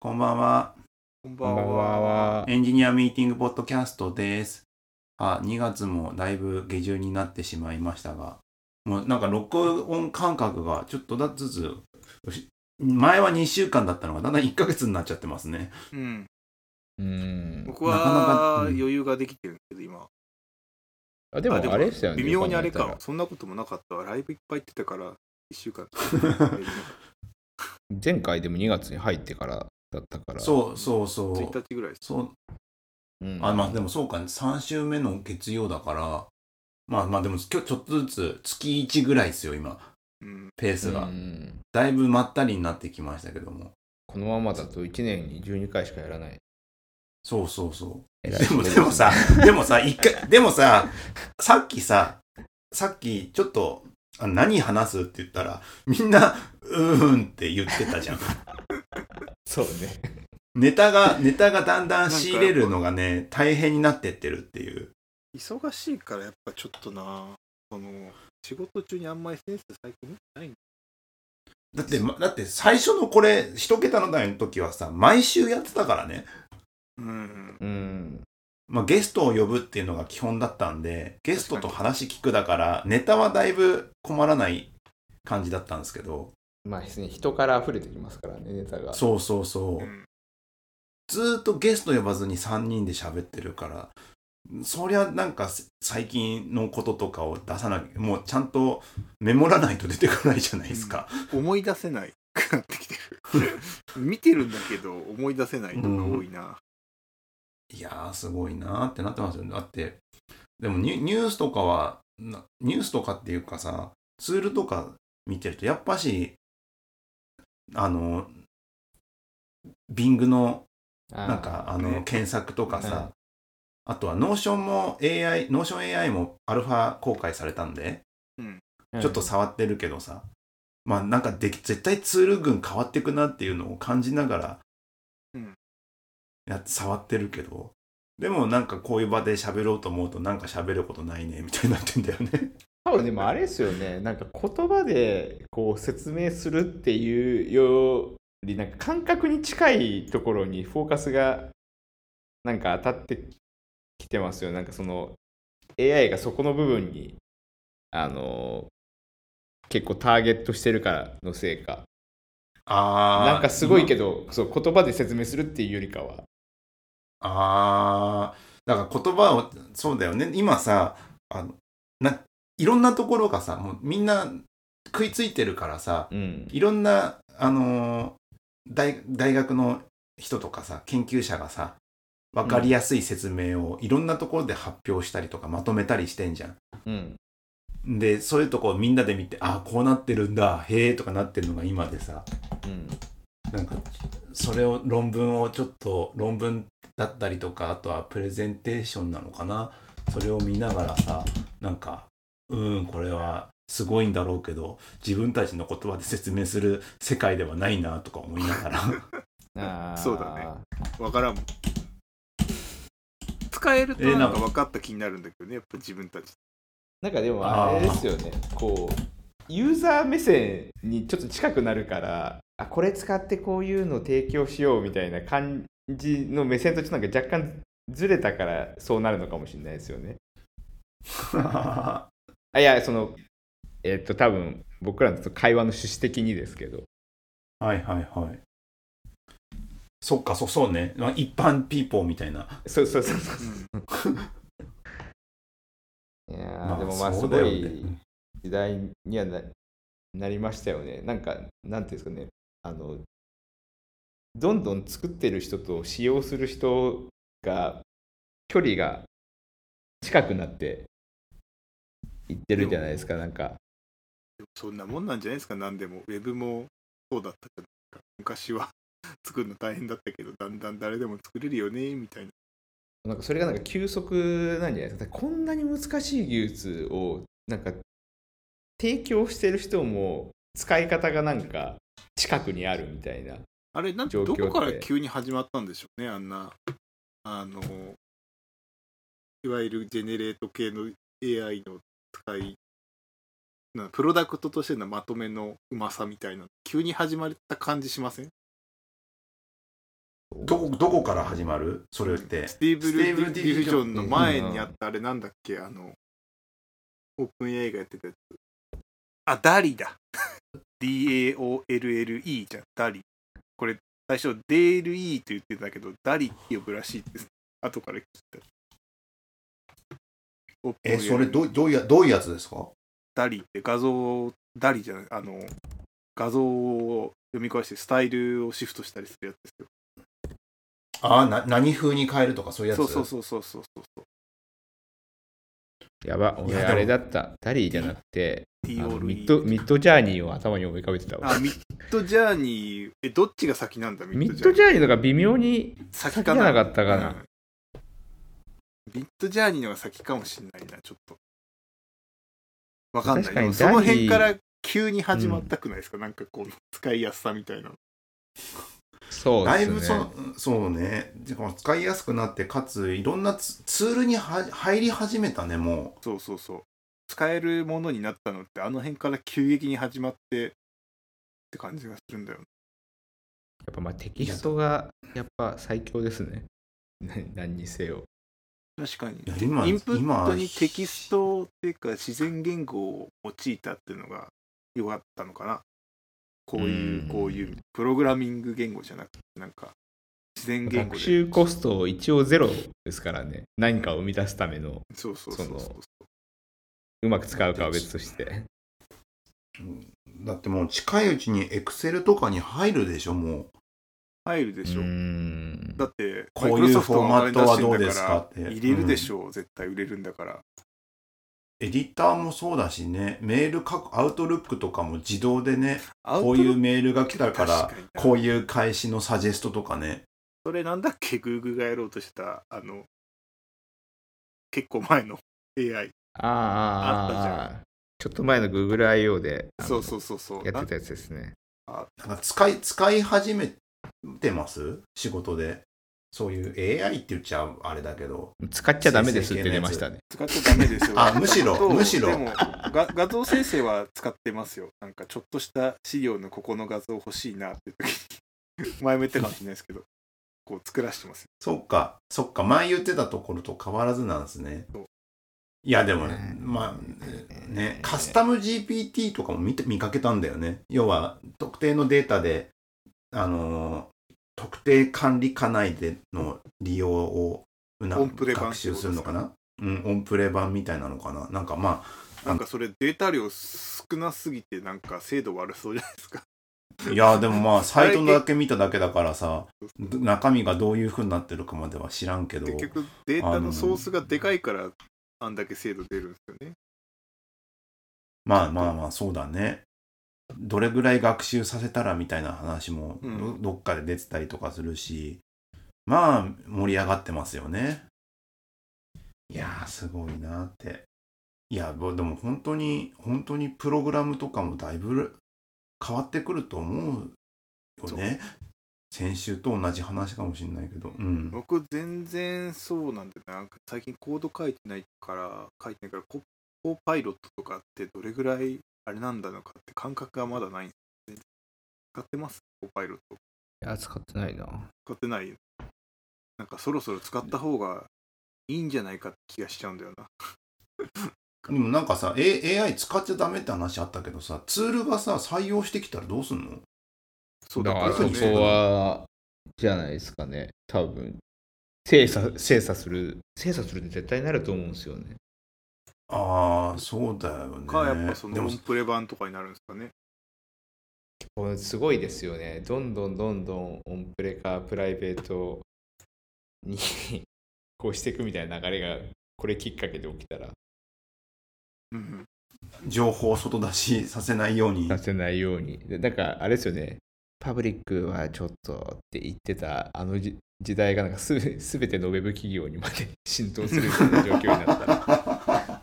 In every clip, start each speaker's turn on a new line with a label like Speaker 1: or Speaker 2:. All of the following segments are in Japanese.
Speaker 1: こんばんは。
Speaker 2: こんば
Speaker 3: こん
Speaker 2: ん
Speaker 3: ばん
Speaker 2: は。
Speaker 3: は。
Speaker 1: エンジニアミーティングポッドキャストです。あ、2月もだいぶ下旬になってしまいましたが、もうなんか録音間隔がちょっとずつ、前は2週間だったのがだんだん1ヶ月になっちゃってますね。
Speaker 2: うん。
Speaker 3: うん。
Speaker 2: 僕
Speaker 1: なかな
Speaker 2: は
Speaker 1: かうん
Speaker 2: 余裕ができてるけど、今。
Speaker 3: あでも
Speaker 2: あでも
Speaker 3: あれですよね。
Speaker 2: 微妙にあれ
Speaker 3: よく考
Speaker 2: か
Speaker 3: え。たら
Speaker 2: そんなこともなかったわ。ライブいっぱい行ってたから、1週 間。
Speaker 3: 前回でも2月に入ってからだったから。
Speaker 1: そうそうそ
Speaker 2: 1
Speaker 1: う。
Speaker 2: 日ぐらいです。
Speaker 1: そう
Speaker 3: うん。
Speaker 1: あまあでもそうか、ね、3週目の月曜だから、まあまあでも今日ちょっとずつ月1ぐらいですよ、今、
Speaker 2: うん。
Speaker 1: ペースが。
Speaker 3: うん
Speaker 1: だいぶまったりになってきましたけども。
Speaker 3: このままだと1年に12回しかやらない。
Speaker 1: そうそうそう。
Speaker 3: 偉い
Speaker 1: でも、でもさ、でもさ、一回、でもさ、さっきさ、さっきちょっと、あ何話すって言ったら、みんな、うーんって言ってた じゃん。
Speaker 3: そうね。
Speaker 1: ネタが、ネタがだんだん仕入れるのがね、大変になってってるっていう。
Speaker 2: 忙しいから、やっぱちょっとな、その、仕事中にあんまりセンス最近見てないんだ
Speaker 1: だって、まだって最初のこれ、一桁の台の時はさ、毎週やってたからね。
Speaker 2: うん。
Speaker 3: うん。
Speaker 1: まあ、ゲストを呼ぶっていうのが基本だったんで、ゲストと話聞くだから、ネタはだいぶ困らない感じだったんですけど、
Speaker 3: まあ、人から溢れてきますからね、ネタが。
Speaker 1: そうそうそうう。
Speaker 2: ん
Speaker 1: ずーっとゲスト呼ばずに3人で喋ってるから、そりゃなんかせ最近のこととかを出さなきゃ、もうちゃんとメモらないと出てこないじゃないですか。
Speaker 2: 思い出せないくなってきてる。 見てるんだけど、思い出せないのが多いな。
Speaker 1: いやー、すごいなーってなってますよね。だって、でもニュニュースとかは、なニュースとかっていうかさ、ツールとか見てると、やっぱし、あの、Bing の
Speaker 3: あー
Speaker 1: なんかあの、
Speaker 2: ね
Speaker 1: 検索とかさ、
Speaker 3: はい
Speaker 1: あとはノーションも AI ノーション AI もアルファ公開されたんで、ちょっと、触ってるけどさまあなんかでき絶対ツール群変わってくなっていうのを感じながら、
Speaker 2: うん
Speaker 1: や触ってるけどでもなんかこういう場で喋ろうと思うとなんか喋ることないねみたいになってんだよ ね
Speaker 3: 多分でもあれですよね、なんか言葉でこう説明するっていうより、なんか感覚に近いところにフォーカスがなんか当たってきてますよ。なんかその AI がそこの部分に、あの結構ターゲットしてるからのせいか。
Speaker 1: あー
Speaker 3: なんかすごいけど、そう言葉で説明するっていうよりかは。
Speaker 1: ああ、だから言葉を、そうだよね。今さ、あの、な、いろんなところがさ、もうみんな食いついてるからさ、
Speaker 3: うん。
Speaker 1: いろんな、あのー大、大学の人とかさ、研究者がさ、わかりやすい説明をいろんなところで発表したりとかまとめたりしてんじゃん。
Speaker 3: うん。
Speaker 1: で、そういうとこをみんなで見て、ああ、こうなってるんだ、へえとかなってるのが今でさ、
Speaker 3: うん。
Speaker 1: なんかそれを論文をちょっと論文だったりとかあとはプレゼンテーションなのかなそれを見ながらさなんかうーんこれはすごいんだろうけど自分たちの言葉で説明する世界ではないなとか思いながら
Speaker 3: あー
Speaker 2: そうだねわからんもん。使えると
Speaker 1: えー
Speaker 2: な
Speaker 1: なんん
Speaker 2: か
Speaker 1: か
Speaker 2: 分かった気になるんだけどね、やっぱ自分た ち。
Speaker 3: なんかでもあれですよね、こう、ユーザー目線にちょっと近くなるから、あ、これ使ってこういうの提供しようみたいな感じの目線とちょっとなんか若干ずれたからそうなるのかもしれないですよね。 あいや、その、えっ、と、多分僕らの会話の趣旨的にですけど。
Speaker 1: はいはいはいそっかそそうねまあ一般ピーポーみたいな
Speaker 3: そうそうそうそう。いやー、でもまあす
Speaker 1: そう
Speaker 3: ご
Speaker 1: だよ
Speaker 3: い、
Speaker 1: ね
Speaker 3: 時代にはななりましたよね。なんか、なんていうんですかね、あの、どんどん作ってる人と使用する人が、距離が近くなっていってるじゃないですか、なんか。
Speaker 2: そんなもんなんじゃないですか、何でも。ウェブもそうだったじゃないですか。昔は 作るの大変だったけど、だんだん誰でも作れるよね、みたいな。
Speaker 3: なんかそれがなんか急速なんじゃないですか。だからこんなに難しい技術を、なんか、提供してる人も、使い方がなんか、近くにあるみたいな。
Speaker 2: あれ、なん
Speaker 3: 状況
Speaker 2: ど
Speaker 3: って
Speaker 2: こから急に始まったんでしょうね、あんな、あの、いわゆるジェネレート系の AI の使い、なプロダクトとしてのまとめのうまさみたいな、急に始まった感じしません
Speaker 1: どこどこから始まるそれって
Speaker 2: スティーブ
Speaker 1: ス
Speaker 2: ル・デ
Speaker 1: ティーブル
Speaker 2: ィフュージョンの前にあったあれなんだっけあのオープン映画やってたやつあダリだ DAOLLE じゃんダリこれ最初 DLE と言ってたけどダリって呼ぶらしいです後から聞いたオープ
Speaker 1: え
Speaker 2: ン映画
Speaker 1: それどうどういうやどういうやつですか
Speaker 2: ダリって画像をダリじゃないあの画像を読み壊してスタイルをシフトしたりするやつですよ
Speaker 1: ああな何風に変えるとかそういうやつ
Speaker 2: そうそうそうそうそうそう
Speaker 3: やば、
Speaker 1: いや
Speaker 3: 俺
Speaker 1: でも
Speaker 3: あれだった。ダリーじゃなくて、あ
Speaker 2: TOLE
Speaker 3: のミッドミッドジャーニーを頭に思い浮かべてたわ
Speaker 2: あ。ミッドジャーニーえどっちが先なんだミ
Speaker 3: ミ
Speaker 2: ッド
Speaker 3: ッ
Speaker 2: ジャ
Speaker 3: ド
Speaker 2: ーニー
Speaker 3: ジャーニーのが微妙に
Speaker 2: 先
Speaker 3: じゃなかったかな。
Speaker 2: うんミッドジャーニーのが先かもしんないなちょっとわかんない
Speaker 3: 確かに
Speaker 2: その辺
Speaker 3: ダ
Speaker 2: か
Speaker 3: リ
Speaker 2: ら急に始まったくないですか、なんかこう使いやすさみたいな
Speaker 3: そう
Speaker 1: だ
Speaker 3: で
Speaker 1: い
Speaker 3: すね。
Speaker 1: ぶそ,、そうねてか使いやすくなってかついろんなツツールには入り始めたねも
Speaker 2: そうそうそう使えるものになったのってあの辺から急激に始まってって感じがするんだよね
Speaker 3: やっぱまあテキストがやっぱ最強ですね。何何にせよ。
Speaker 2: 確かに
Speaker 1: ういや今
Speaker 2: インプットに
Speaker 1: 今
Speaker 2: テキストっていうか自然言語を用いたっていうのが良かったのかなこういう
Speaker 3: うん
Speaker 2: こういうプログラミング言語じゃなくてなんか自然言語
Speaker 3: 学
Speaker 2: で
Speaker 3: 習コストを一応ゼロですからね。何かを生み出すための
Speaker 2: そうそうそうそう
Speaker 3: そのうまく使うかは別として。
Speaker 1: だってもう近いうちにエクセルとかに入るでしょもう
Speaker 2: ファイルで
Speaker 3: う
Speaker 2: しょ、
Speaker 3: ーん
Speaker 2: だ。って
Speaker 1: こういう
Speaker 2: マイクロソフトが
Speaker 1: フォーマットは
Speaker 2: お金出して
Speaker 1: ど
Speaker 2: んだ
Speaker 1: うですかって
Speaker 2: 入れるでしょう、絶対売れるんだから
Speaker 1: エディターもそうだしねメール書くアウトルックとかも自動でねこういうメールが来たから
Speaker 2: 確かにな
Speaker 1: こういう開始のサジェストとかね
Speaker 2: それなんだっけ Google がやろうとしたあの結構前の AI
Speaker 3: あああ
Speaker 2: あったじゃん
Speaker 3: あああちょっと前の Google I.O. であの
Speaker 2: そうそうそうそう
Speaker 3: やってたやつですね。
Speaker 1: なんか使い使い始めてます仕事でそういう AI って言っちゃうあれだけど
Speaker 3: 使っちゃダメですって出ましたね。
Speaker 2: 使っちゃダメですよ。
Speaker 1: あむしろ
Speaker 2: ちょっと
Speaker 1: むしろ
Speaker 2: でもが画像生成は使ってますよ。なんかちょっとした資料のここの画像欲しいなって時に前も言ったかもしれないですけど、こう作らしてますよ。
Speaker 1: そっかそっか前言ってたところと変わらずなんですね
Speaker 2: そう
Speaker 1: いやでもねまあねカスタム GPT とかも見て見かけたんだよね要は特定のデータであのー特定管理課内での利用をうな
Speaker 2: オンプレ版
Speaker 1: 学習するのかなうんオンプレ版みたいなのかななんかま
Speaker 2: なんかそれデータ量少なすぎてなんか精度悪そうじゃないですか。
Speaker 1: あいやでもまあサイトだけ見ただけだからさ中身がどういう風になってるかまでは知らんけど
Speaker 2: 結局データのソースがでかいからあんだけ精度出るんですよね。
Speaker 1: まあまあまあそうだね。どれぐらい学習させたらみたいな話もど,、
Speaker 2: うん
Speaker 1: っかで出てたりとかするしまあ盛り上がってますよね。いやーすごいなって。いやぼでも本当に本当にプログラムとかもだいぶ変わってくると思うよね。先週と同じ話かもしれないけど。うん、
Speaker 2: 僕全然そうなんだよななんか最近コード書いてないから書いてないからココーパイロットとかってどれぐらいあれなんだのかって感覚がまだないんですね使ってますコーパイロット
Speaker 3: いや、使ってないな。
Speaker 2: 使ってないなんかそろそろ使った方がいいんじゃないかって気がしちゃうんだよな
Speaker 1: でもなんかさ、A、AI 使っちゃダメって話あったけどさツールがさ採用してきたらどうすんの
Speaker 2: そう
Speaker 3: だから
Speaker 1: そ
Speaker 3: そ
Speaker 1: こ
Speaker 2: ね
Speaker 1: は
Speaker 3: は、じゃないですかね、多分精査精査する、精査するって絶対になると思うんですよね。
Speaker 1: ああそうだよね。
Speaker 2: かやっぱそ
Speaker 1: で
Speaker 2: のオ
Speaker 1: も
Speaker 2: ンプレ版とかになるんですかね
Speaker 3: これすごいですよね。どんどんどんどんオンプレかプライベートに こうしていくみたいな流れが、これきっかけで起きたら、
Speaker 2: うん
Speaker 1: 情報を外出しさせないように
Speaker 3: させないように。でなんか、あれですよね、パブリックはちょっとって言ってた、あのじ時代がなんかすべすべてのウェブ企業にまで浸透するような状況になったら。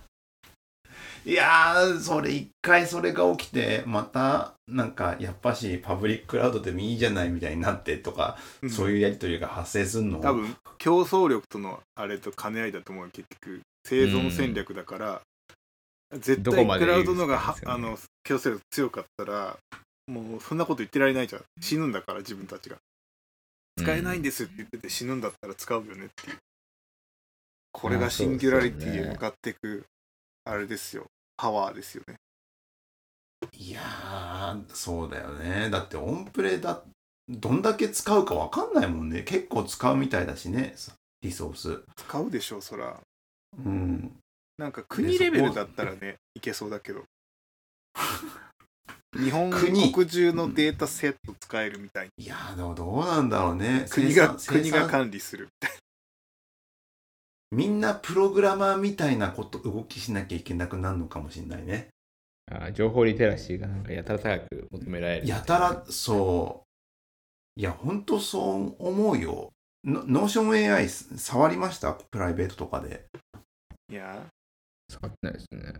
Speaker 1: いやーそれ一回それが起きてまたなんかやっぱしパブリッククラウドでもいいじゃないみたいになってとか、
Speaker 2: うん
Speaker 1: そういうやり取りが発生するの
Speaker 2: 多分競争力とのあれと兼ね合いだと思うよ結局生存戦略だから、絶
Speaker 3: どこ
Speaker 2: 対
Speaker 3: まで
Speaker 2: クラウドのが
Speaker 3: 言うん
Speaker 2: は
Speaker 3: ですか
Speaker 2: あ
Speaker 3: ね
Speaker 2: の競争力強かったらもうそんなこと言ってられないじゃん死ぬんだから自分たちが 使えないんですって言ってて死ぬんだったら使うよねっていう。これがシンギュラリティへ向かっていく、あれですよ。パワーですよね。
Speaker 1: いやーそうだよねだってオンプレだどんだけ使うかわかんないもんね結構使うみたいだしねリソース
Speaker 2: 使うでしょ、そら。
Speaker 1: うん
Speaker 2: なんか国レベルだったらね、いけそうだけど。日本
Speaker 1: 国
Speaker 2: 国中のデータセット使えるみたいに。
Speaker 1: いやーでもどうなんだろうね
Speaker 2: 国
Speaker 1: 生
Speaker 2: が、
Speaker 1: 産
Speaker 2: 国
Speaker 1: 生
Speaker 2: が
Speaker 1: 産
Speaker 2: 管理する。
Speaker 1: みんなプログラマーみたいなこと動きしなきゃいけなくなるのかもしれないね
Speaker 3: あー情報リテラシーがなんかやたら高く求められる。
Speaker 1: やたらそういやほんとそう思うよノノーション AI す触りましたプライベートとかで
Speaker 2: いや、
Speaker 3: 使ってないですね。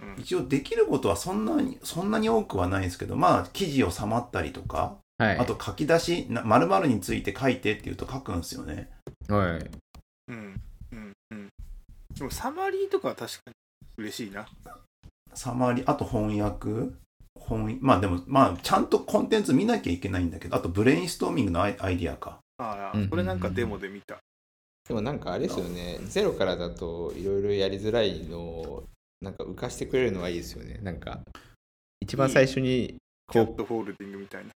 Speaker 2: うん、
Speaker 1: 一応できることはそんなにそんなに多くはないんですけどまあ記事をさまったりとか
Speaker 3: はい。
Speaker 1: あと書き出しな〇〇について書いてって言うと書くんですよね
Speaker 3: はい。
Speaker 2: うん、うん、うん。でもサマリーとかは確かに嬉しいな。
Speaker 1: サマリあと翻訳翻まあでもまあちゃんとコンテンツ見なきゃいけないんだけどあとブレインストーミングのアイアイディアか
Speaker 2: あ
Speaker 3: うん
Speaker 2: あ、これなんかデモで見た。
Speaker 3: でもなんかあれですよね、ゼロからだといろいろやりづらいのをなんか浮かしてくれるのがいいですよね。なんか一番最初に
Speaker 2: キ
Speaker 3: こ
Speaker 2: ャッ
Speaker 3: う
Speaker 2: トホールディングみたいな。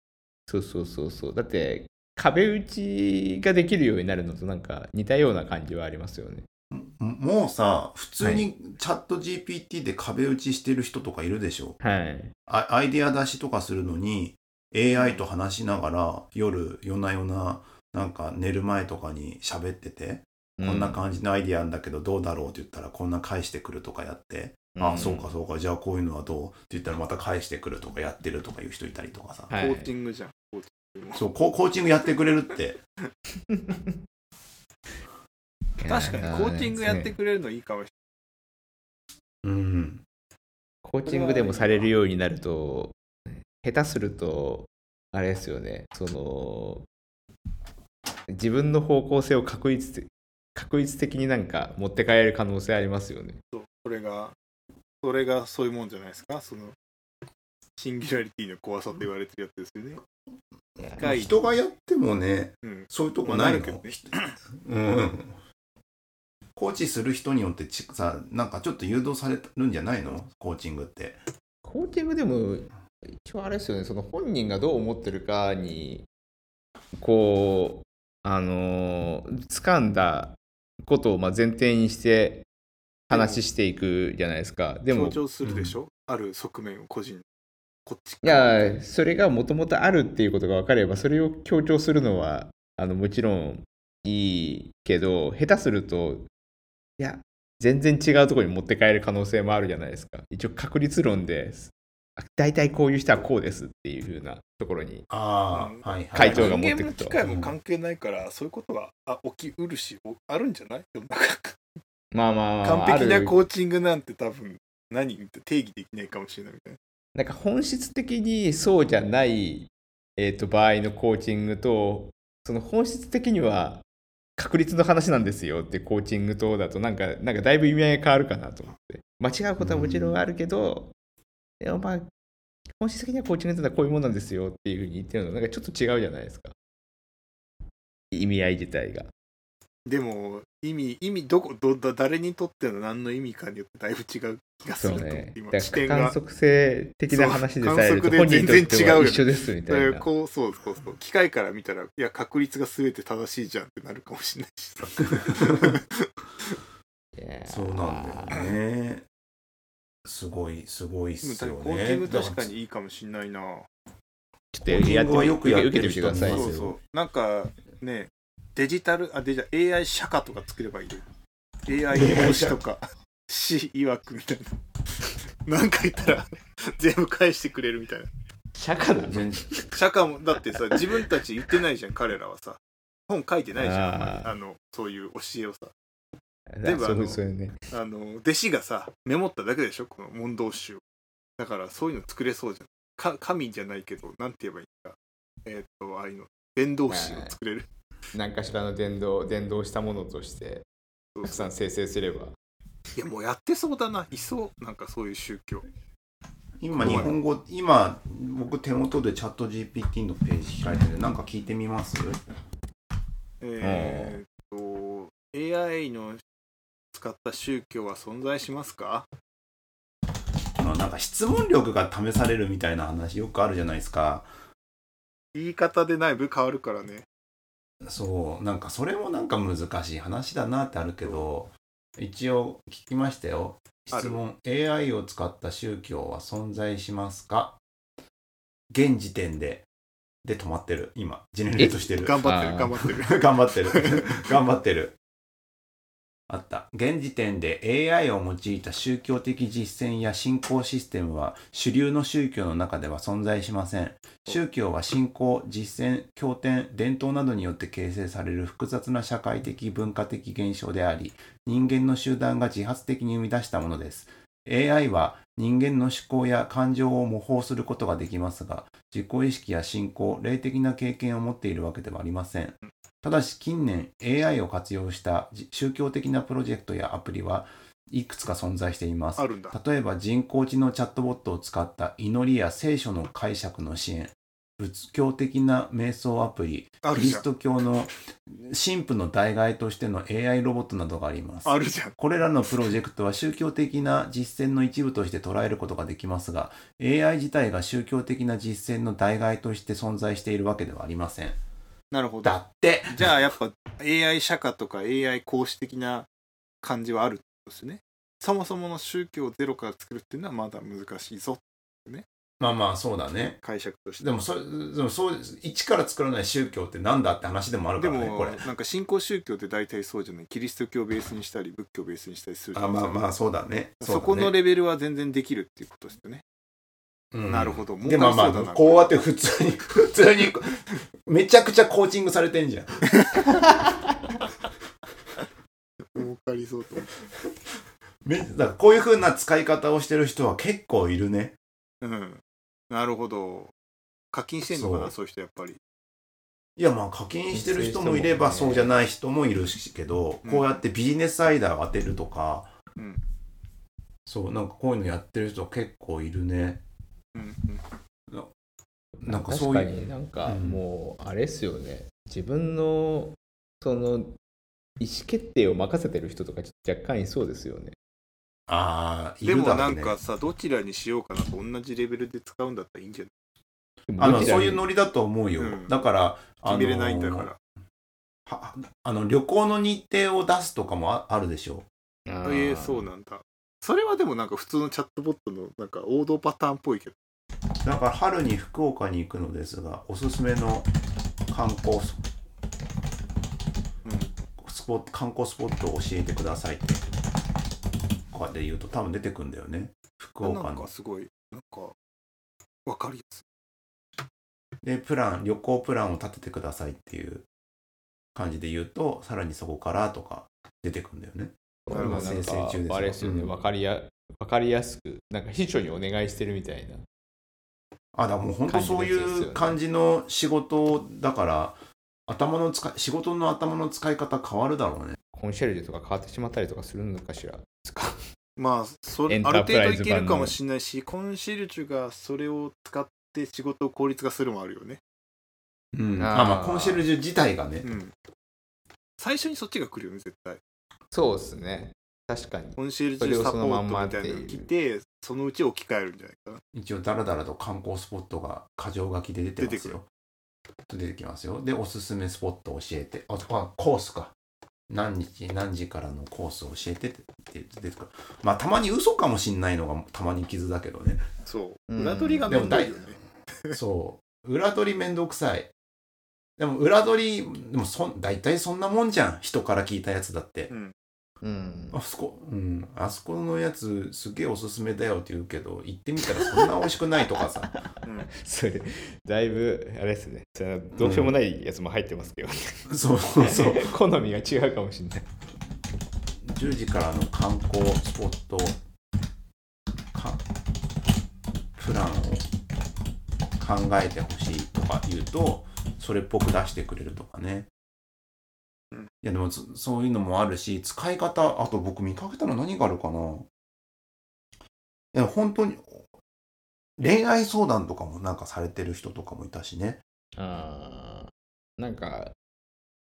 Speaker 3: そうそうそうそう。だって壁打ちができるようになるのとなんか似たような感じはありますよね。
Speaker 1: ももうさ普通にチャット GPT で壁打ちしてる人とかいるでしょ、
Speaker 3: はい。
Speaker 1: あアイデア出しとかするのに AI と話しながら夜夜な夜ななんか寝る前とかに喋ってて、こんな感じのアイデアなんだけどどうだろうって言ったらこんな返してくるとかやって、
Speaker 3: じ
Speaker 1: あそうか。そうかじゃあこういうのはどうって言ったらまた返してくるとかやってるとかいう人いたりとかさ、
Speaker 3: は
Speaker 2: コーチ
Speaker 3: い。
Speaker 2: ングじゃん。コーチングも
Speaker 1: そうココーチングやってくれるって
Speaker 2: 確かにコーチングやってくれるのいいかもし
Speaker 1: うん
Speaker 3: コーチングでもされるようになると、下手すると、あれですよね、その、自分の方向性を確率的確率的になんか持って帰れる可能性ありますよね。
Speaker 2: れない。それが、それがそういうもんじゃないですか。その、シンギュラリティの怖さと言われてるやつですよね。深い
Speaker 1: 人がやってもね
Speaker 2: うん。
Speaker 1: そういうとこないの、
Speaker 2: まあなるけどね
Speaker 1: ひうんコーチする人によってちさなんかちょっと誘導されるんじゃないのコーチングって
Speaker 3: コーチングでも、一応あれですよね、その本人がどう思ってるかに、こう、あのー、掴んだことをまあ前提にして話していくじゃないですか。でも
Speaker 2: 強、調するでしょ、ある側面を個人こっち
Speaker 3: いや、それがもともとあるっていうことが分かれば、それを強調するのは、あのもちろんいいけど、下手すると、いや、全然違うところに持って帰る可能性もあるじゃないですか。一応、確率論です。あ大体こういう人はこうですっていう風なところに。
Speaker 1: あ
Speaker 2: うん
Speaker 1: あ、はいはい。
Speaker 3: 会長が持
Speaker 2: 人
Speaker 3: って
Speaker 2: 間
Speaker 3: く
Speaker 2: も
Speaker 3: と
Speaker 2: 機械も関係ないから、そういうことがあ起きうるしおあるんじゃないでもなんか
Speaker 3: まあまあまあ、
Speaker 2: 完璧
Speaker 3: あ
Speaker 2: な
Speaker 3: る
Speaker 2: コーチングなんて多分何って定義できないかもしれないみたいな
Speaker 3: なんか本質的にそうじゃない、えー、と場合のコーチングとその本質的には確率の話なんですよってコーチングとだとなんかなんかだいぶ意味合いが変わるかなと思って間違うことはもちろんあるけど、でもまあ本質的にはコーチングってのはこういうものなんですよっていうふうに言ってるのはなんかちょっと違うじゃないですか意味合い自体が
Speaker 2: でも意味意味どこどだ誰にとっての何の意味かによってだいぶ違う気がする
Speaker 3: そう
Speaker 2: と、
Speaker 3: ね
Speaker 2: 今
Speaker 3: だ
Speaker 2: 視
Speaker 3: か
Speaker 2: 点
Speaker 3: ら
Speaker 2: が
Speaker 3: 観測性的な話でさえると
Speaker 2: そう観
Speaker 3: 本
Speaker 2: 測
Speaker 3: 人
Speaker 2: で
Speaker 3: にとって
Speaker 2: 全然違
Speaker 3: は
Speaker 2: うよ
Speaker 3: 一緒ですみた
Speaker 2: だか
Speaker 3: い
Speaker 2: ら
Speaker 3: な
Speaker 2: こうそうそうそう機械から見たらいや確率が全て正しいじゃんってなるかもしれないしさ
Speaker 1: そうなんだよね。すごい、すごいっす
Speaker 2: で
Speaker 1: よね。
Speaker 2: もコーチング確かにいいかもしれないな
Speaker 3: ちょっとやって
Speaker 1: コーチングは
Speaker 3: み
Speaker 1: よくやって
Speaker 3: 受け
Speaker 1: る
Speaker 3: てみて
Speaker 1: 人
Speaker 3: ください。
Speaker 1: います
Speaker 2: そう
Speaker 1: よ
Speaker 2: そう。なんかね、デジタル、あ、デジタル、AI 釈迦とか作ればいいよ。AI 帽子とか、死曰くみたいな。なんか言ったら、全部返してくれるみたいな。
Speaker 3: 社会だ
Speaker 1: 全
Speaker 2: 釈迦も、だってさ、自分たち言ってないじゃん、彼らはさ。本書いてないじゃん、あんまり
Speaker 3: あー
Speaker 2: あの、そういう教えをさ。
Speaker 3: 全
Speaker 2: 全部あ
Speaker 3: 部そう
Speaker 2: の
Speaker 3: それね。
Speaker 2: あの、弟子がさ、メモっただけでしょ、この問答集を。だから、そういうの作れそうじゃん。か神じゃないけど、なんて言えばいいんだ。えーっと、ああいうの、伝道師を作れる。
Speaker 3: 何かしらの伝道、伝道したものとして、たくさん生成すれば。
Speaker 2: いやもうやってそうだないそうなんかそういう宗教
Speaker 1: 今、日本語、今、僕手元でチャット GPT のページ開いてて、なんか聞いてみます
Speaker 2: えーっと、AI の使った宗教は存在しますか
Speaker 1: あのなんか質問力が試されるみたいな話よくあるじゃないですか
Speaker 2: 言い方で内部変わるからね。
Speaker 1: そうなんかそれもなんか難しい話だなってあるけど一応聞きましたよ
Speaker 2: ある
Speaker 1: 質問 AI を使った宗教は存在しますか現時点でで止まってる今ジェネレートしてる
Speaker 2: 頑張ってる、
Speaker 3: あー
Speaker 2: 頑張って る。
Speaker 1: 頑張ってる頑張ってるあった現時点で AI を用いた宗教的実践や信仰システムは主流の宗教の中では存在しません宗教は信仰実践経典伝統などによって形成される複雑な社会的文化的現象であり人間の集団が自発的に生み出したものです AI は人間の思考や感情を模倣することができますが自己意識や信仰霊的な経験を持っているわけではありませんただし近年 AI を活用したじ宗教的なプロジェクトやアプリはいくつか存在しています
Speaker 2: あるんだ。
Speaker 1: 例えば人工知能チャットボットを使った祈りや聖書の解釈の支援仏教的な瞑想アプリ
Speaker 2: あ
Speaker 1: キ
Speaker 2: る
Speaker 1: リ
Speaker 2: じゃ
Speaker 1: ス
Speaker 2: ん。
Speaker 1: ト教の神父の代替えとしての AI ロボットなどがあります
Speaker 2: あるじゃん。
Speaker 1: これらのプロジェクトは宗教的な実践の一部として捉えることができますが AI 自体が宗教的な実践の代替えとして存在しているわけではありません
Speaker 2: なるほど。
Speaker 1: だって
Speaker 2: じゃあやっぱ AI 釈迦とか AI 講師的な感じはあるんですね。そもそもの宗教をゼロから作るっていうのはまだ難しいぞ
Speaker 1: まあまあそうだね
Speaker 2: 解釈として。
Speaker 1: でもそでもそう一から作らない宗教ってなんだって話でもあるか
Speaker 2: で
Speaker 1: らね
Speaker 2: も
Speaker 1: これ
Speaker 2: なんか信仰宗教って大体そうじゃないキリスト教をベースにしたり仏教をベースにしたりするじゃ
Speaker 1: あ
Speaker 2: ないで
Speaker 1: ま
Speaker 2: す
Speaker 1: あ
Speaker 2: か
Speaker 1: まあそうだね。
Speaker 2: そこのレベルは全然できるっていうことですよね。
Speaker 1: ベル
Speaker 2: なるほど。
Speaker 1: でもまあ
Speaker 2: 儲かりそうだな
Speaker 1: こうやって普通に 普通にめちゃくちゃコーチングされてんじゃん。
Speaker 2: 儲かりそうと思
Speaker 1: めだからこういう風な使い方をしてる人は結構いるね。
Speaker 2: う。うん。なるほど。課金してんのかな、
Speaker 1: そう
Speaker 2: そういう人やっぱり。
Speaker 1: いやまあ課金してる人もいれば
Speaker 3: そ
Speaker 1: そうう
Speaker 3: ですね
Speaker 1: じゃない人もいるしけど、
Speaker 2: うん
Speaker 1: こうやってビジネスアイダーを当てるとか、
Speaker 2: うん
Speaker 1: そうなんかこういうのやってる人結構いるね。
Speaker 2: うんうん。
Speaker 1: なんか
Speaker 3: 確
Speaker 1: そう
Speaker 3: か
Speaker 1: いう
Speaker 3: になんか
Speaker 1: うん
Speaker 3: もうあれっすよね自分のその意思決定を任せてる人とかちょっと若干いそうですよね
Speaker 1: ああい
Speaker 2: で
Speaker 1: る
Speaker 2: も
Speaker 1: だ
Speaker 2: な
Speaker 1: ろうんね。
Speaker 2: かさ、どちらにしようかなと同じレベルで使うんだったらいいんじゃ
Speaker 3: でも
Speaker 1: あの
Speaker 3: どち
Speaker 1: そ
Speaker 3: ら
Speaker 1: う
Speaker 3: に
Speaker 1: いうノリだと思うよ。
Speaker 2: うん
Speaker 1: だから
Speaker 2: ない決めれないんだか
Speaker 1: あのー
Speaker 2: ら。
Speaker 1: はあの旅行の日程を出すとかもああるでしょ
Speaker 3: あ
Speaker 2: えー、そうなんだ。それはでもなんか普通のチャットボットのなんか王道パターンっぽいけど。
Speaker 1: だから春に福岡に行くのですがおすすめの観光ス
Speaker 2: うん。
Speaker 1: スポット観光スポットを教えてくださいってこうやって言うと多分出てくんだよね福岡
Speaker 2: なんか
Speaker 1: の
Speaker 2: すごい、なんか、わかりやすい。
Speaker 1: でプラン旅行プランを立ててくださいっていう感じで言うとさらにそこからとか出てくんだよね
Speaker 3: な
Speaker 2: るほど
Speaker 3: ん
Speaker 1: 生成中ですよ
Speaker 3: かあれですよね、
Speaker 1: うん
Speaker 3: わかりやわかりやすくなんか秘書にお願いしてるみたいな
Speaker 1: あだからもう本当そう
Speaker 3: 感じです
Speaker 1: い
Speaker 3: よ
Speaker 1: う
Speaker 3: ね
Speaker 1: 感じの仕事だから頭の使い仕事の頭の使い方変わるだろうね
Speaker 3: コンシェルジュとか変わってしまったりとかするのかしら
Speaker 2: まあ、そ
Speaker 3: エ
Speaker 2: れ
Speaker 3: ン
Speaker 2: あ
Speaker 3: タ
Speaker 2: る
Speaker 3: ー
Speaker 2: 程
Speaker 3: プ
Speaker 2: 度
Speaker 3: ライ
Speaker 2: い
Speaker 3: ズ版の
Speaker 2: けるかもしれないし、コンシェルジュがそれを使って仕事を効率化するもあるよね。
Speaker 1: うん、
Speaker 3: あー
Speaker 1: あまあコンシェルジュ自体がね、
Speaker 2: うん。最初にそっちが来るよね、絶対。
Speaker 3: そうですね確かに
Speaker 2: コンシェルジュサポートみたいなのが来
Speaker 3: それをそのまんまって
Speaker 2: て、そのうち置き換えるんじゃないかな。
Speaker 1: 一応ダラダラと観光スポットが箇条書きで出てますよ出てきますよでおすすめスポット教えてああコースか何日何時からのコースを教えてって言って出てくるまあたまに嘘かもしんないのがたまに傷だけどね
Speaker 2: そう。
Speaker 3: うん
Speaker 2: 裏取りが
Speaker 1: で
Speaker 2: 面
Speaker 1: も
Speaker 2: 倒い
Speaker 1: 大
Speaker 2: よね。
Speaker 1: そう裏取りめんどくさいでも裏取りでもそん大体そんなもんじゃん人から聞いたやつだって
Speaker 2: うん。
Speaker 3: うん
Speaker 1: あそこ、うん、あそこのやつすげえおすすめだよって言うけど行ってみたらそんな美味しくないとかさ
Speaker 2: うん
Speaker 3: それだいぶあれですねそれはどうしようもないやつも入ってますけど、
Speaker 1: そうそうそう
Speaker 3: 好みが違うかも しれない
Speaker 1: 10時からの観光スポットかプランを考えてほしいとか言うとそれっぽく出してくれるとかね
Speaker 2: うん
Speaker 1: いやでもそそういうのもあるし使い方あと僕見かけたの何があるかないや本当に恋愛相談とかもなんかされてる人とかもいたしね
Speaker 3: あーなんか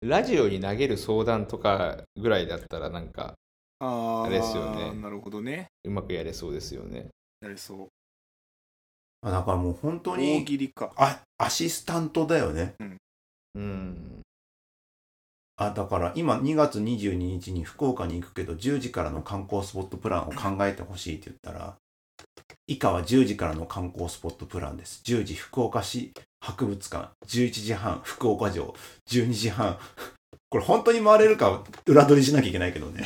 Speaker 3: ラジオに投げる相談とかぐらいだったらなんか
Speaker 2: あー
Speaker 3: あれですよね
Speaker 2: なるほどね。
Speaker 3: うまくやれそうですよね。
Speaker 2: やれそう。
Speaker 1: あだからもう本当
Speaker 2: 大
Speaker 1: に
Speaker 2: 喜利か。
Speaker 1: あアシスタントだよね
Speaker 3: うん。
Speaker 1: あだから今2月22日に福岡に行くけど10時からの観光スポットプランを考えてほしいって言ったら以下は10時からの観光スポットプランです10時福岡市博物館11時半福岡城12時半これ本当に回れるか裏取りしなきゃいけないけどね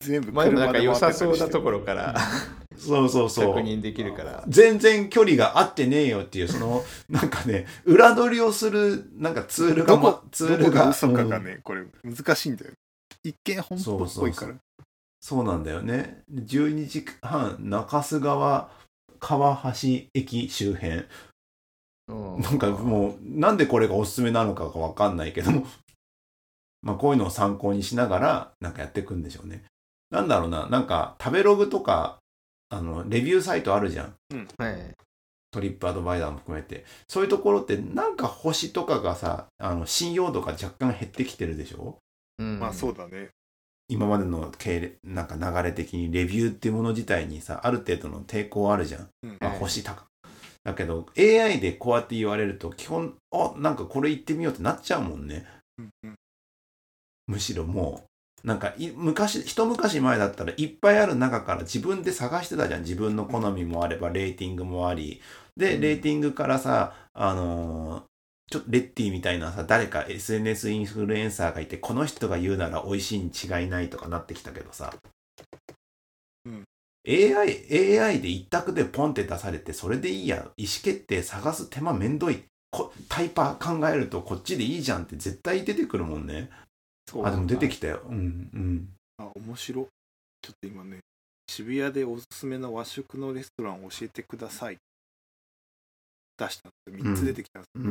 Speaker 2: 全部
Speaker 3: まあでもなんか良さ
Speaker 2: 車で回
Speaker 3: そ
Speaker 2: ってたりして
Speaker 3: うなところから
Speaker 1: そうそうそう
Speaker 3: 確認できるから。
Speaker 1: 全然距離が合ってねえよっていうそのなんかね裏取りをするなんかツールが
Speaker 2: どこ
Speaker 1: ツー
Speaker 2: ど
Speaker 1: ル
Speaker 2: こが
Speaker 1: が
Speaker 2: 嘘かが
Speaker 1: うん
Speaker 2: ね、これ難しいんだよ。一見本当っぽいから。
Speaker 1: そうなんだよね12時半中洲川川橋駅周辺
Speaker 3: うん
Speaker 1: なんかもうなんでこれがおすすめなのかがわかんないけども まあこういうのを参考にしながらなんかやっていくんでしょうねなんだろうななんか食べログとかあのレビューサイトあるじゃん
Speaker 3: はい。
Speaker 1: トリップアドバイザーも含めてそういうところってなんか星とかがさあの信用度が若干減ってきてるでしょ
Speaker 3: うん
Speaker 2: まあそうだね。
Speaker 1: 今までの経歴なんか流れ的にレビューっていうもの自体にさある程度の抵抗あるじゃん、
Speaker 2: うん
Speaker 1: まあ、
Speaker 3: はい
Speaker 1: 星高だけど AI でこうやって言われると基本あなんかこれ行ってみようってなっちゃうもんね
Speaker 2: うんうん
Speaker 1: むしろもうなんかい昔一昔前だったらいっぱいある中から自分で探してたじゃん自分の好みもあればレーティングもありで
Speaker 3: うん
Speaker 1: レーティングからさあのーちょっとレッティみたいなさ誰か SNS インフルエンサーがいてこの人が言うなら美味しいに違いないとかなってきたけどさ、
Speaker 2: うん
Speaker 1: AI, AI で一択でポンって出されてそれでいいや意思決定探す手間めんどいこタイパ考えるとこっちでいいじゃんって絶対出てくるもんね。
Speaker 2: そう
Speaker 1: あでも出てきたよ。うんうん。
Speaker 2: あ、面白い。ちょっと今ね、渋谷でおすすめの和食のレストランを教えてください。出したって3つ出てきたんです、
Speaker 1: うんう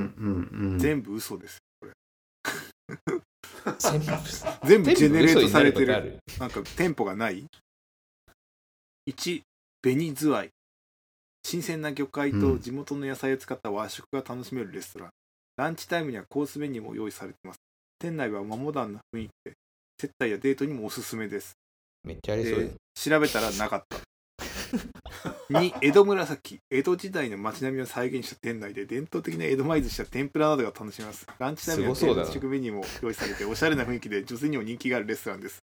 Speaker 1: んうん。
Speaker 2: 全部嘘ですよこれ。
Speaker 3: 全部
Speaker 2: 全部ジェネレート
Speaker 3: 嘘にな
Speaker 2: されて
Speaker 3: こ
Speaker 2: る。
Speaker 3: とあ
Speaker 2: な。んか店舗がない。1、紅ズワイ。新鮮な魚介
Speaker 1: う
Speaker 2: と
Speaker 1: ん
Speaker 2: 地元の野菜を使った和食が楽しめるレストラン。ランチタイムにはコースメニューも用意されてます。店内はモダンな雰囲気で、接待やデートにもおすすめです。
Speaker 3: めっちゃありそう
Speaker 2: で
Speaker 3: よ。
Speaker 2: 調べたらなかった。2江戸紫江戸時代の街並みを再現した店内で伝統的な江戸前寿司や天ぷらなどが楽しめますランチタイムや
Speaker 3: すごそうだな
Speaker 2: 定食メニューも用意されておしゃれな雰囲気で女性にも人気があるレストランです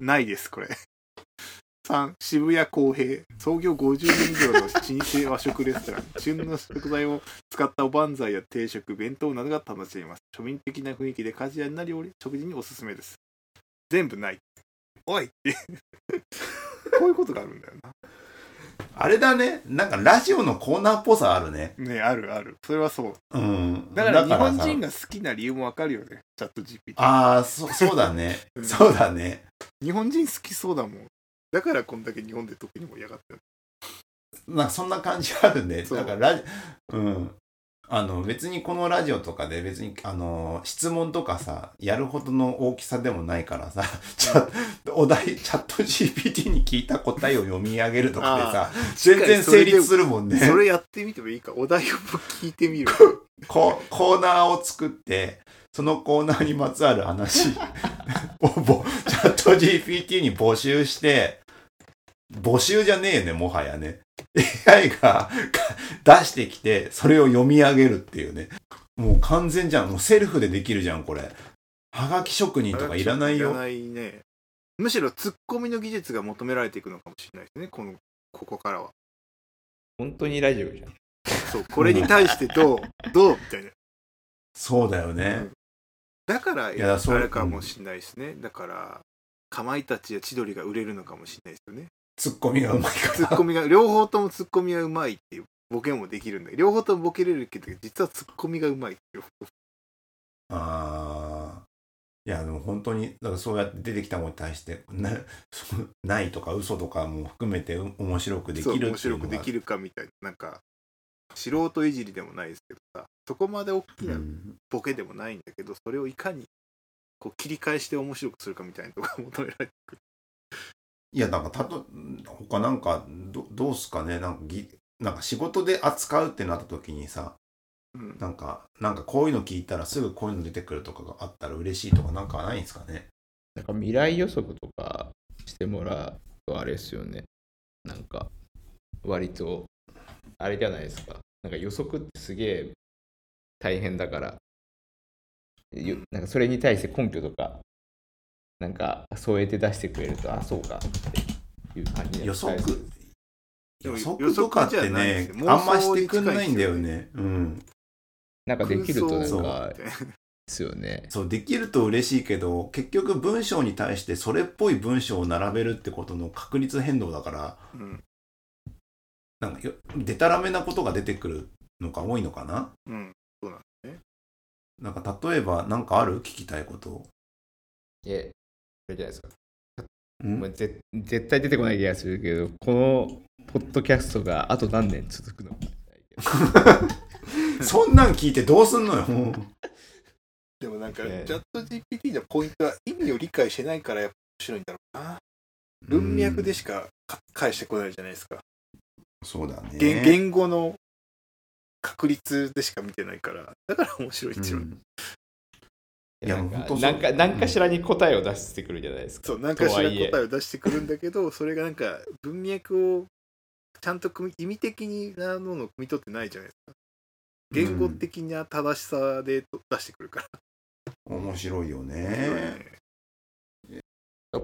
Speaker 2: ないですこれ3渋谷公平創業50年以上の老舗和食レストラン旬の食材を使ったおばんざいや定食弁当などが楽しめます庶民的な雰囲気でカジュアルな料理食事におすすめです全部ないおいってこういうことがあるんだよな
Speaker 1: あれだね。なんかラジオのコーナーっぽさあるね。
Speaker 2: ねあるあるそれはそう
Speaker 1: うん。
Speaker 2: だから日本
Speaker 1: さ
Speaker 2: 人が好きな理由もわかるよねチャット GPT
Speaker 1: ああ、そそうだね
Speaker 2: う。ん
Speaker 1: そうだね。
Speaker 2: 日本人好きそうだもんだからこんだけ日本で特にも嫌がってる
Speaker 1: なんかそんな感じあるね。
Speaker 2: そう
Speaker 1: だからラジ、うん。あの別にこのラジオとかで別にあの質問とかさやるほどの大きさでもないからさ チャお題チャット GPT に聞いた答えを読み上げるとかでさ全然成立するもんね。
Speaker 2: それやってみてもいいかお題を聞いて みる
Speaker 1: ココーナーを作って、そのコーナーにまつわる話 をぼチャット GPT に募集して、募集じゃねえよね、もはやね。AI がか出してきて、それを読み上げるっていうね。もう完全じゃん。もうセルフでできるじゃん、これ。はがき職人とかいらない
Speaker 2: い
Speaker 1: よ
Speaker 2: ら。ないねむしろツッコミの技術が求められていくのかもしれないですねこのここからは
Speaker 3: 本当にラジオじゃん。
Speaker 2: そうこれに対して どうどうみたいな
Speaker 1: そうだよね。
Speaker 2: だから
Speaker 1: いやそう
Speaker 2: あれかもしれないですねだからかまいたちや千鳥が売れるのかもしれないですよね
Speaker 1: ツッコミがうまいか
Speaker 2: ツッ
Speaker 1: ら。
Speaker 2: コミが両方ともツッコミがうまいっていうボケもできるんだけど両方ともボケれるけど実はツッコミがうまいっていう
Speaker 1: あーいやでも本当にだからそうやって出てきたものに対してな そうないとか嘘とかも含めてう面白くで
Speaker 2: そう
Speaker 1: きる
Speaker 2: 面
Speaker 1: っていう
Speaker 2: 白
Speaker 1: のが
Speaker 2: くできるかみたいななんか素人いじりでもないですけどさそこまで大き
Speaker 1: う
Speaker 2: なんボケでもないんだけど、それをいかにこう切り返して面白くするかみたいなのが求められて
Speaker 1: いやなんかたと他なんかどどうすかねなんかぎなんか仕事で扱うってなった時にさ
Speaker 2: うん
Speaker 1: なんか、なんかこういうの聞いたらすぐこういうの出てくるとかがあったら嬉しいとかなんかないんですかね。
Speaker 3: なんか未来予測とかしてもらうとあれですよね。なんか割とあれじゃないですか。なんか予測ってすげえ大変だから、よなんかそれに対して根拠とか、なんか添えて出してくれると、あ、そうかっていう感じで
Speaker 1: 予測
Speaker 3: 伝える
Speaker 2: でも
Speaker 1: 予測とかってね
Speaker 2: 予測じゃないですよ
Speaker 1: あんましてくんないんだよね。うん、
Speaker 3: なんかできると
Speaker 2: 空
Speaker 3: なん
Speaker 2: 想
Speaker 3: か
Speaker 2: って
Speaker 3: ですよね。
Speaker 1: そうできると嬉しいけど結局文章に対してそれっぽい文章を並べるってことの確率変動だから
Speaker 2: うん
Speaker 1: なんかよでたらめなことが出てくるのが多いのかな
Speaker 2: うんそうなん
Speaker 1: なんか例えばなんかある聞きたいこと
Speaker 3: え、あれじゃないですか。
Speaker 1: ん
Speaker 3: まあぜ絶対出てこない気がするけど、このポッドキャストがあと何年続くのか。
Speaker 1: そんなん聞いてどうすんのよ。
Speaker 2: でもなんか、
Speaker 3: ね
Speaker 2: チャット GPT のポイントは意味を理解してないからやっぱ面白いんだろうな。 文脈でしかか返してこないじゃないですか。
Speaker 1: そうだね。
Speaker 2: 言言語の確率でしか見てないから、だから面白いっていうう、
Speaker 1: んい
Speaker 3: い
Speaker 1: や
Speaker 3: やなんか
Speaker 1: ほんとそう
Speaker 3: なんかなんかしらに答えを出してくるじゃないですか。
Speaker 2: そう、なんかし
Speaker 3: と
Speaker 2: ら
Speaker 3: はいえ
Speaker 2: 答えを出してくるんだけど、それがなんか文脈をちゃんと組み意味的になのの汲み取ってないじゃないですか。言語的な正しさでと出してくるから。
Speaker 1: 面白いよね。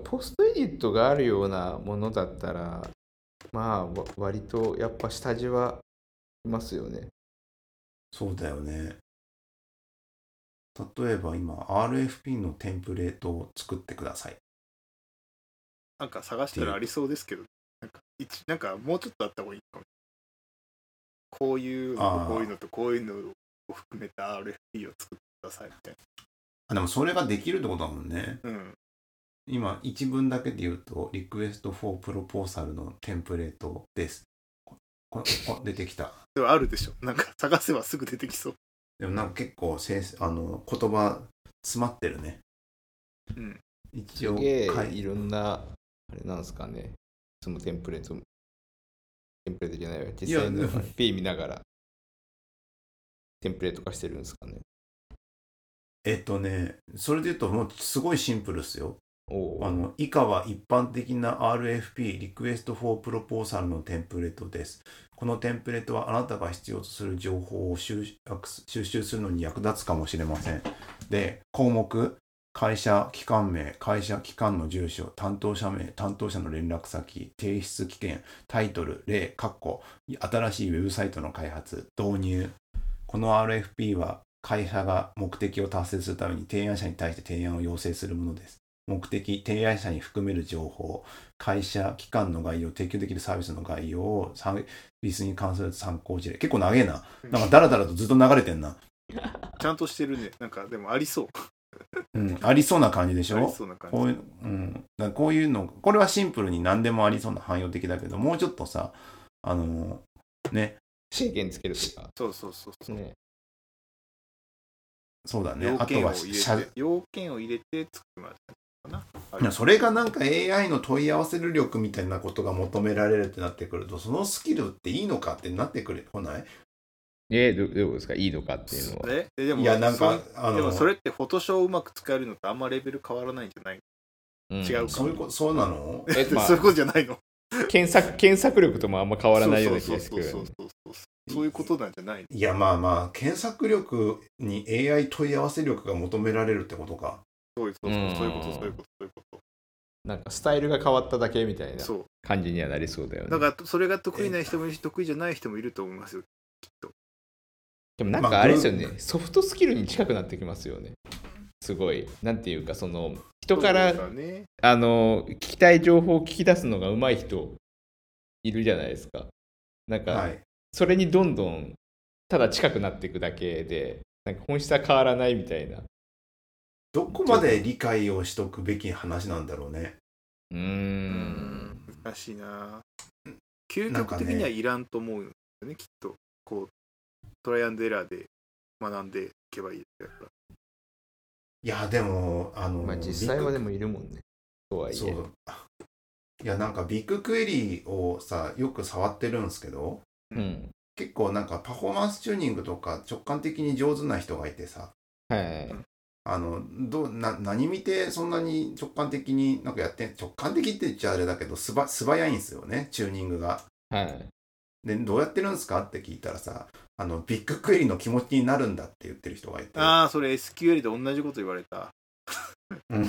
Speaker 3: ポストエディットがあるようなものだったら、まあ、わ割とやっぱ下地はいますよね。
Speaker 1: そうだよね。例えば今 RFP のテンプレートを作ってください。
Speaker 2: なんか探したらありそうですけど、なんか一なんかもうちょっとあった方がいいかも。こういうの
Speaker 1: あー
Speaker 2: とこういうのとこういうのを含めた RFP を作ってくださいみたい
Speaker 1: あでもそれができるってことだもんね。
Speaker 2: な。うん。
Speaker 1: 今一文だけで言うと Request for Proposal のテンプレートです。ここ出てきた。
Speaker 2: ではあるでしょ。なんか探せばすぐ出てきそう。
Speaker 1: でもなんか結構せんあの言葉詰まってるね。
Speaker 2: うん。
Speaker 1: 一
Speaker 3: す
Speaker 1: 応
Speaker 3: げえ
Speaker 1: か
Speaker 3: いろんな、あれなんですかね、そのテンプレート、テンプレートじゃないわ、実際
Speaker 1: い
Speaker 3: の
Speaker 1: やでも
Speaker 3: P 見ながら、テンプレート化してるんですかね。
Speaker 1: えっとね、それで言うともうすごいシンプルっすよ。
Speaker 3: お
Speaker 1: あ
Speaker 3: お、
Speaker 1: の以下は一般的な RFP、Request for Proposal のテンプレートです。このテンプレートはあなたが必要とする情報を収集収集するのに役立つかもしれません。で、項目、会社、機関名、会社、機関の住所、担当者名、担当者の連絡先、提出期限、タイトル、例、括弧、新しいウェブサイトの開発、導入。この RFP は会社が目的を達成するために提案者に対して提案を要請するものです。目的、提案者に含める情報、会社、機関の概要、提供できるサービスの概要をサービスに関する参考事例。結構長えな。なんかダラダラとずっと流れてんな。
Speaker 2: ちゃんとしてるね。なんかでもありそう。
Speaker 1: うん、ありそうな感じでし
Speaker 2: あり
Speaker 1: ょ
Speaker 2: そうな感じ。
Speaker 1: こういうの、うん、だからこういうの、これはシンプルに何でもありそうな汎用的だけど、もうちょっとさ、あのね、
Speaker 3: 制限つけるとか。
Speaker 2: そうそうそうそう。
Speaker 3: ね、
Speaker 1: そうだね
Speaker 2: 要、
Speaker 1: あと
Speaker 2: 件を
Speaker 1: は
Speaker 2: 入れ
Speaker 1: 社
Speaker 2: て、要件を入れて作るまでかない
Speaker 1: やそれがなんか AI の問い合わせる力みたいなことが求められるってなってくると、そのスキルっていいのかってなってくれこない
Speaker 3: えーどどういうことですかいいのかっていうのは。
Speaker 2: ええでも
Speaker 1: いや、なんか
Speaker 2: そ、
Speaker 1: あ
Speaker 2: で
Speaker 1: の
Speaker 2: もそれってフォトショーをうまく使えるのとあんまレベル変わらないんじゃない
Speaker 3: うん
Speaker 2: 違う
Speaker 1: そういうこと、そうなの
Speaker 3: えまあ
Speaker 2: そういうことじゃないの
Speaker 3: 検索検索力ともあんま変わらないような気がするけ
Speaker 2: そ
Speaker 3: ど
Speaker 2: う
Speaker 3: ね
Speaker 2: そうそうそうそうそういうことなんじゃないの
Speaker 1: いや、まあまあ、検索力に AI 問い合わせ力が求められるってことか。
Speaker 2: そういうそう
Speaker 3: うん
Speaker 2: そういうことそういうことそういうこ
Speaker 3: なんかスタイルが変わっただけみたい
Speaker 2: と
Speaker 3: な
Speaker 2: そ
Speaker 3: 感じにはなりそうだ
Speaker 2: う
Speaker 3: よね
Speaker 2: だからそれが得意な人もいるし得意じゃない人もいると思いますよ
Speaker 3: でもなん
Speaker 1: ま
Speaker 3: か
Speaker 1: あ
Speaker 3: あれですよね、ソフトスキルに近くなってきますよねすごいなんていうかその人から
Speaker 2: そうだね
Speaker 3: あの聞きたい情報を聞き出すのが上手い人いるじゃないですかな
Speaker 1: は
Speaker 3: んか
Speaker 1: い。
Speaker 3: それにどんどんただ近くなっていくだけでなんか本質は変わらないみたいな
Speaker 1: どこまで理解をしとくべき話なんだろうね。
Speaker 3: うー
Speaker 2: うんん難しいな
Speaker 1: うん
Speaker 2: 究
Speaker 1: なんかね
Speaker 2: 極的にはいらんと思うんですよねきっとこうトライアンドエラーで学んでいけばいいだから
Speaker 1: いや、でも、あの、
Speaker 3: まあ実際は
Speaker 1: ビ
Speaker 3: でもいるもんねとはい
Speaker 1: ッグ
Speaker 3: え
Speaker 1: そう。いや、なんかビッグクエリをさ、よく触ってるんですけど、
Speaker 3: うん
Speaker 1: 結構なんかパフォーマンスチューニングとか直感的に上手な人がいてさ
Speaker 3: はい。
Speaker 1: あのどうな何見てそんなに直感的になんかやって直感的って言っちゃあれだけどすば素早いんですよねチューニングが。
Speaker 3: はい。
Speaker 1: でどうやってるんですかって聞いたらさあのビッグクエリの気持ちになるんだって言ってる人がいて
Speaker 2: ああそれ SQL で同じこと言われ た
Speaker 1: うん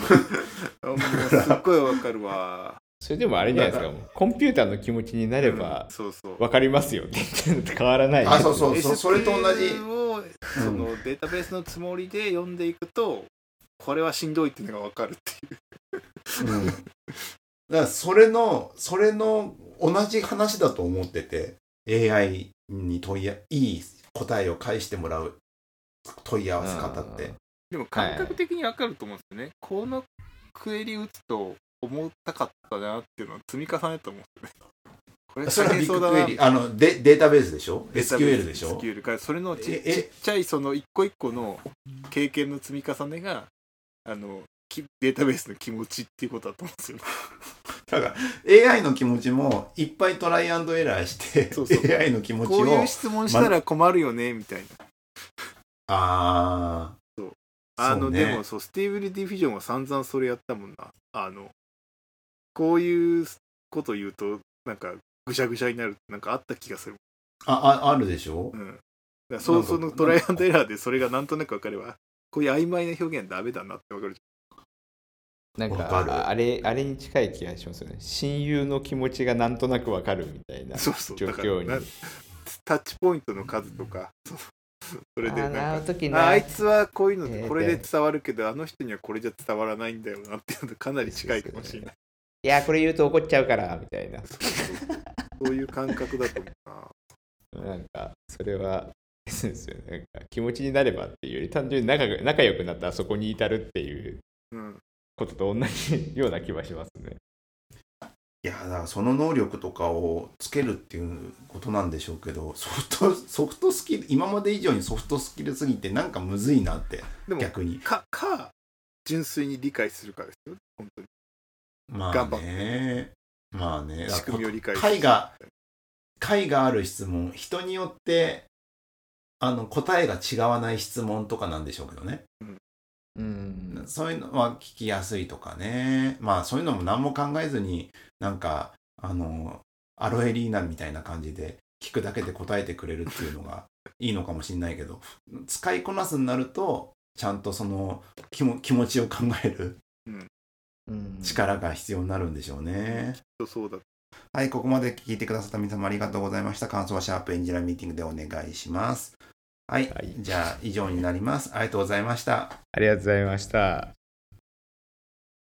Speaker 2: あもうすっごいわかるわ
Speaker 3: それでもあれじゃないですか、もうコンピューターの気持ちになれば
Speaker 2: うん、そうそう
Speaker 3: わかりますよって言って変わらない。
Speaker 1: あそうそう
Speaker 2: SQL
Speaker 1: それと同じ
Speaker 2: をそのデータベースのつもりで読んでいくとこれはしんどいっていうのがわかるっていう
Speaker 1: うん、だからそれのそれの同じ話だと思ってて AI に問いやいい答えを返してもらう問い合わせ方って
Speaker 2: でも感覚的にわかると思うんですよね、このクエリ打つと思ったかったなっていうのを積み重ねたと思うんですよね これ
Speaker 1: それは
Speaker 2: 大
Speaker 1: ビッ
Speaker 2: 変そう
Speaker 1: グ
Speaker 2: だ
Speaker 1: クエ
Speaker 2: な
Speaker 1: リあのデデータベースでしょ
Speaker 2: データベー
Speaker 1: SQL
Speaker 2: ス
Speaker 1: でしょ
Speaker 2: SQL からそれのちち
Speaker 1: え
Speaker 2: っ
Speaker 1: え
Speaker 2: ちゃいその一個一個の経験の積み重ねがあのきデータベースの気持ちっていうことだと思うんですよね
Speaker 1: だから AI の気持ちもいっぱいトライアンドエラーして
Speaker 2: そうそう
Speaker 1: AI の気持ち
Speaker 2: こう
Speaker 1: を
Speaker 2: いう質問したら困るよねみたいな
Speaker 1: あ
Speaker 2: そう
Speaker 1: あ
Speaker 2: あの、でもそうステーブルディフュージョンは散々それやったもんなあのこういうこと言うとなんかぐしゃぐしゃになるなんかあった気がする、
Speaker 1: あああるでしょ
Speaker 2: うん、だからそう
Speaker 1: なんか
Speaker 2: そのトライアンドエラーでそれがなんとなく分かればこういう曖昧な表現はダメだなって分かるじ
Speaker 3: なん
Speaker 1: わかる
Speaker 3: か、あれ、あれに近い気がしますよね。親友の気持ちがなんとなくわかるみたい
Speaker 2: ゃ
Speaker 3: なん
Speaker 2: そうそう
Speaker 3: 状
Speaker 2: だから
Speaker 3: 況に。
Speaker 2: なタッチポイントの数とかそそれで
Speaker 3: あーあ
Speaker 2: なん
Speaker 3: の
Speaker 2: か
Speaker 3: 時
Speaker 2: あ
Speaker 3: な
Speaker 2: あいつはこういうの
Speaker 3: え
Speaker 2: で
Speaker 3: ー
Speaker 2: これで伝わるけどあの人にはこれじゃ伝わらないんだよなっていうのかなり近いかもしれない
Speaker 3: いや、これ言うと怒っちゃうから、みたいな。
Speaker 2: そういう感覚だと思うな
Speaker 3: なんか、それは、そうですよね。なんか、気持ちになればっていうより、単純に仲が仲良くなったらそこに至るっていう
Speaker 2: うん
Speaker 3: ことと同じような気はしますね。
Speaker 1: いやだからその能力とかをつけるっていうことなんでしょうけどソフトソフトスキル今まで以上にソフトスキルすぎてなんかむずいなって
Speaker 2: でも
Speaker 1: 逆に
Speaker 2: かか純粋に理解するかですよ本当に
Speaker 1: ま
Speaker 2: 頑張
Speaker 1: あ
Speaker 2: っ
Speaker 1: ねまあねだから
Speaker 2: 仕組みを理解
Speaker 1: 解が解がある質問人によってあの答えが違わない質問とかなんでしょうけどね
Speaker 3: うん。
Speaker 1: そういうのは聞きやすいとかねまあそういうのも何も考えずになんかあのアロエリーナみたいな感じで聞くだけで答えてくれるっていうの がいいのかもしれないけど使いこなすになるとちゃんとその気も気持ちを考える
Speaker 3: うん
Speaker 1: 力が必要になるんでしょうね。
Speaker 2: とそうだ
Speaker 1: はい、ここまで聞いてくださった皆様ありがとうございました。感想はシャープエンジニアミーティングでお願いします。はい、
Speaker 3: はい
Speaker 1: じゃあ以上になります。ありがとうございました。
Speaker 3: ありがとうございました。